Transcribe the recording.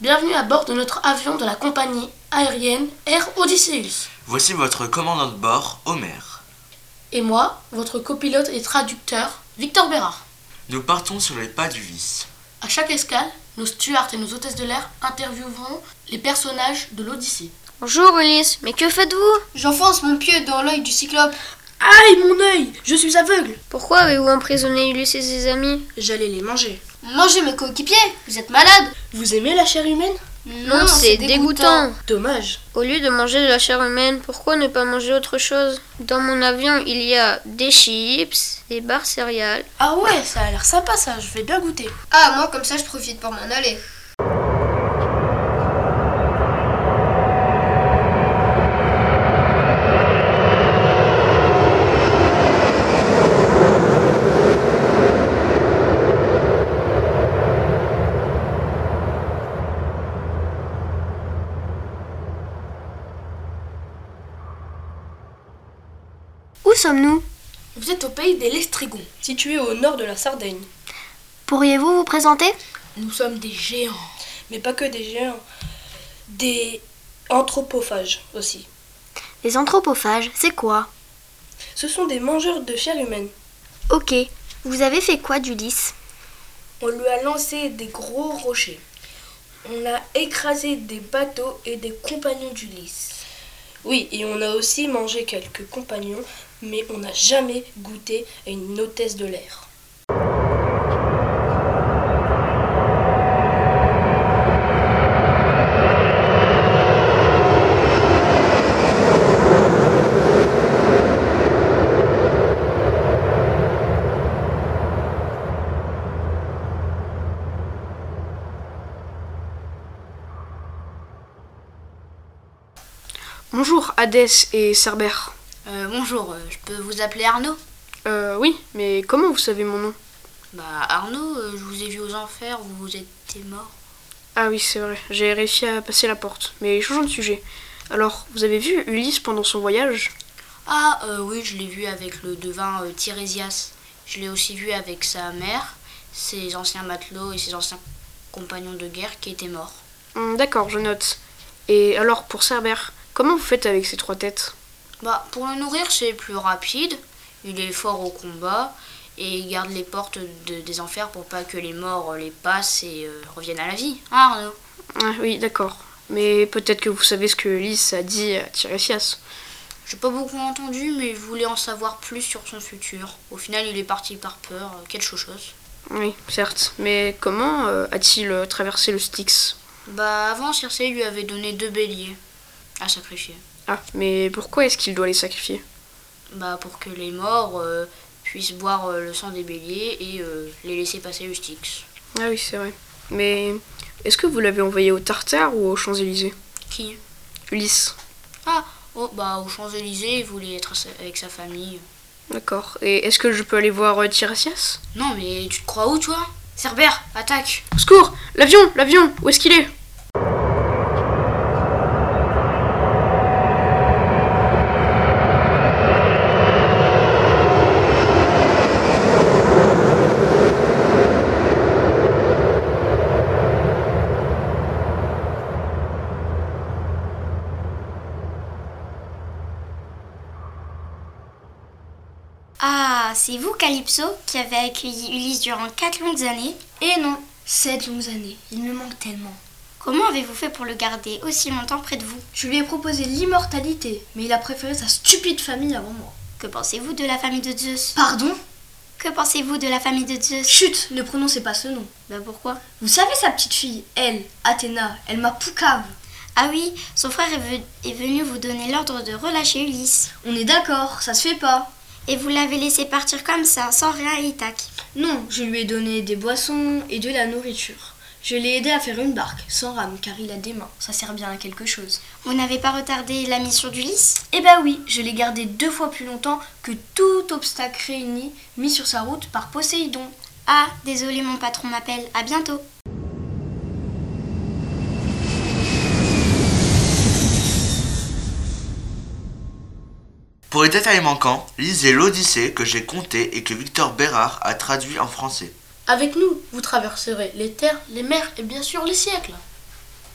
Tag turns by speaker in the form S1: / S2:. S1: Bienvenue à bord de notre avion de la compagnie aérienne Air Odysseus.
S2: Voici votre commandant de bord, Homer.
S1: Et moi, votre copilote et traducteur, Victor Bérard.
S2: Nous partons sur les pas du vice.
S1: À chaque escale, nos stewards et nos hôtesses de l'air intervieweront les personnages de l'Odyssée.
S3: Bonjour Ulysse, mais que faites-vous
S4: J'enfonce mon pied dans l'œil du cyclope.
S1: Aïe, mon œil Je suis aveugle
S3: Pourquoi avez-vous emprisonné Ulysse et ses amis
S5: J'allais les manger.
S4: Mangez mes coéquipiers, vous êtes malade.
S5: Vous aimez la chair humaine
S3: Non, c'est dégoûtant.
S5: Dommage.
S3: Au lieu de manger de la chair humaine, pourquoi ne pas manger autre chose Dans mon avion, il y a des chips, des barres céréales.
S5: Ah ouais, ça a l'air sympa ça, je vais bien goûter.
S4: Ah, moi comme ça je profite pour m'en aller.
S6: Où sommes-nous
S1: Vous êtes au pays des Lestrigons.
S5: Situé au nord de la Sardaigne.
S6: Pourriez-vous vous présenter
S1: Nous sommes des géants.
S5: Mais pas que des géants. Des anthropophages aussi.
S6: Les anthropophages, c'est quoi
S5: Ce sont des mangeurs de chair humaine.
S6: Ok, vous avez fait quoi d'Ulysse
S7: On lui a lancé des gros rochers. On a écrasé des bateaux et des compagnons d'Ulysse.
S5: Oui, et on a aussi mangé quelques compagnons, mais on n'a jamais goûté à une hôtesse de l'air.
S8: Bonjour Hadès et Cerbère.
S9: Euh, bonjour, euh, je peux vous appeler Arnaud
S8: Euh, oui, mais comment vous savez mon nom
S9: Bah Arnaud, euh, je vous ai vu aux enfers, vous étiez mort.
S8: Ah oui, c'est vrai, j'ai réussi à passer la porte. Mais changeons de sujet. Alors, vous avez vu Ulysse pendant son voyage
S9: Ah euh, oui, je l'ai vu avec le devin euh, Tirésias. Je l'ai aussi vu avec sa mère, ses anciens matelots et ses anciens compagnons de guerre qui étaient morts.
S8: Hum, D'accord, je note. Et alors, pour Cerbère, comment vous faites avec ces trois têtes
S9: Bah pour le nourrir, c'est plus rapide, il est fort au combat et il garde les portes de- des enfers pour pas que les morts euh, les passent et euh, reviennent à la vie. Hein Arnaud
S8: Ah oui, d'accord. Mais peut-être que vous savez ce que Ulysse a dit à Tiresias.
S9: J'ai pas beaucoup entendu, mais je voulais en savoir plus sur son futur. Au final, il est parti par peur, euh, quelque chose.
S8: Oui, certes. Mais comment euh, a-t-il euh, traversé le Styx
S9: Bah, avant, Circé lui avait donné deux béliers à sacrifier.
S8: Ah, mais pourquoi est-ce qu'il doit les sacrifier
S9: Bah, pour que les morts euh, puissent boire euh, le sang des béliers et euh, les laisser passer le Styx.
S8: Ah oui, c'est vrai. Mais est-ce que vous l'avez envoyé au Tartare ou aux Champs-Élysées
S9: Qui
S8: Ulysse.
S9: Oh, bah, aux Champs-Élysées, il voulait être as- avec sa famille.
S8: D'accord. Et est-ce que je peux aller voir euh, Tiresias
S9: Non, mais tu te crois où, toi Cerbère, attaque
S8: Au secours L'avion L'avion Où est-ce qu'il est
S10: Ah, c'est vous, Calypso, qui avez accueilli Ulysse durant quatre longues années
S4: Et Eh non, sept longues années, il me manque tellement.
S10: Comment avez-vous fait pour le garder aussi longtemps près de vous
S4: Je lui ai proposé l'immortalité, mais il a préféré sa stupide famille avant moi.
S10: Que pensez-vous de la famille de Zeus
S4: Pardon
S10: Que pensez-vous de la famille de Zeus
S4: Chut, ne prononcez pas ce nom.
S10: Bah pourquoi
S4: Vous savez sa petite fille, elle, Athéna, elle m'a poucave.
S10: Ah oui, son frère est, ve- est venu vous donner l'ordre de relâcher Ulysse.
S4: On est d'accord, ça se fait pas.
S10: Et vous l'avez laissé partir comme ça, sans rien et tac.
S4: Non, je lui ai donné des boissons et de la nourriture. Je l'ai aidé à faire une barque, sans rame, car il a des mains, ça sert bien à quelque chose.
S10: Vous n'avez pas retardé la mission d'Ulysse
S4: Eh ben oui, je l'ai gardé deux fois plus longtemps que tout obstacle réuni mis sur sa route par Poséidon.
S10: Ah, désolé, mon patron m'appelle. À bientôt.
S2: Pour les détails manquants, lisez l'Odyssée que j'ai compté et que Victor Bérard a traduit en français.
S1: Avec nous, vous traverserez les terres, les mers et bien sûr les siècles.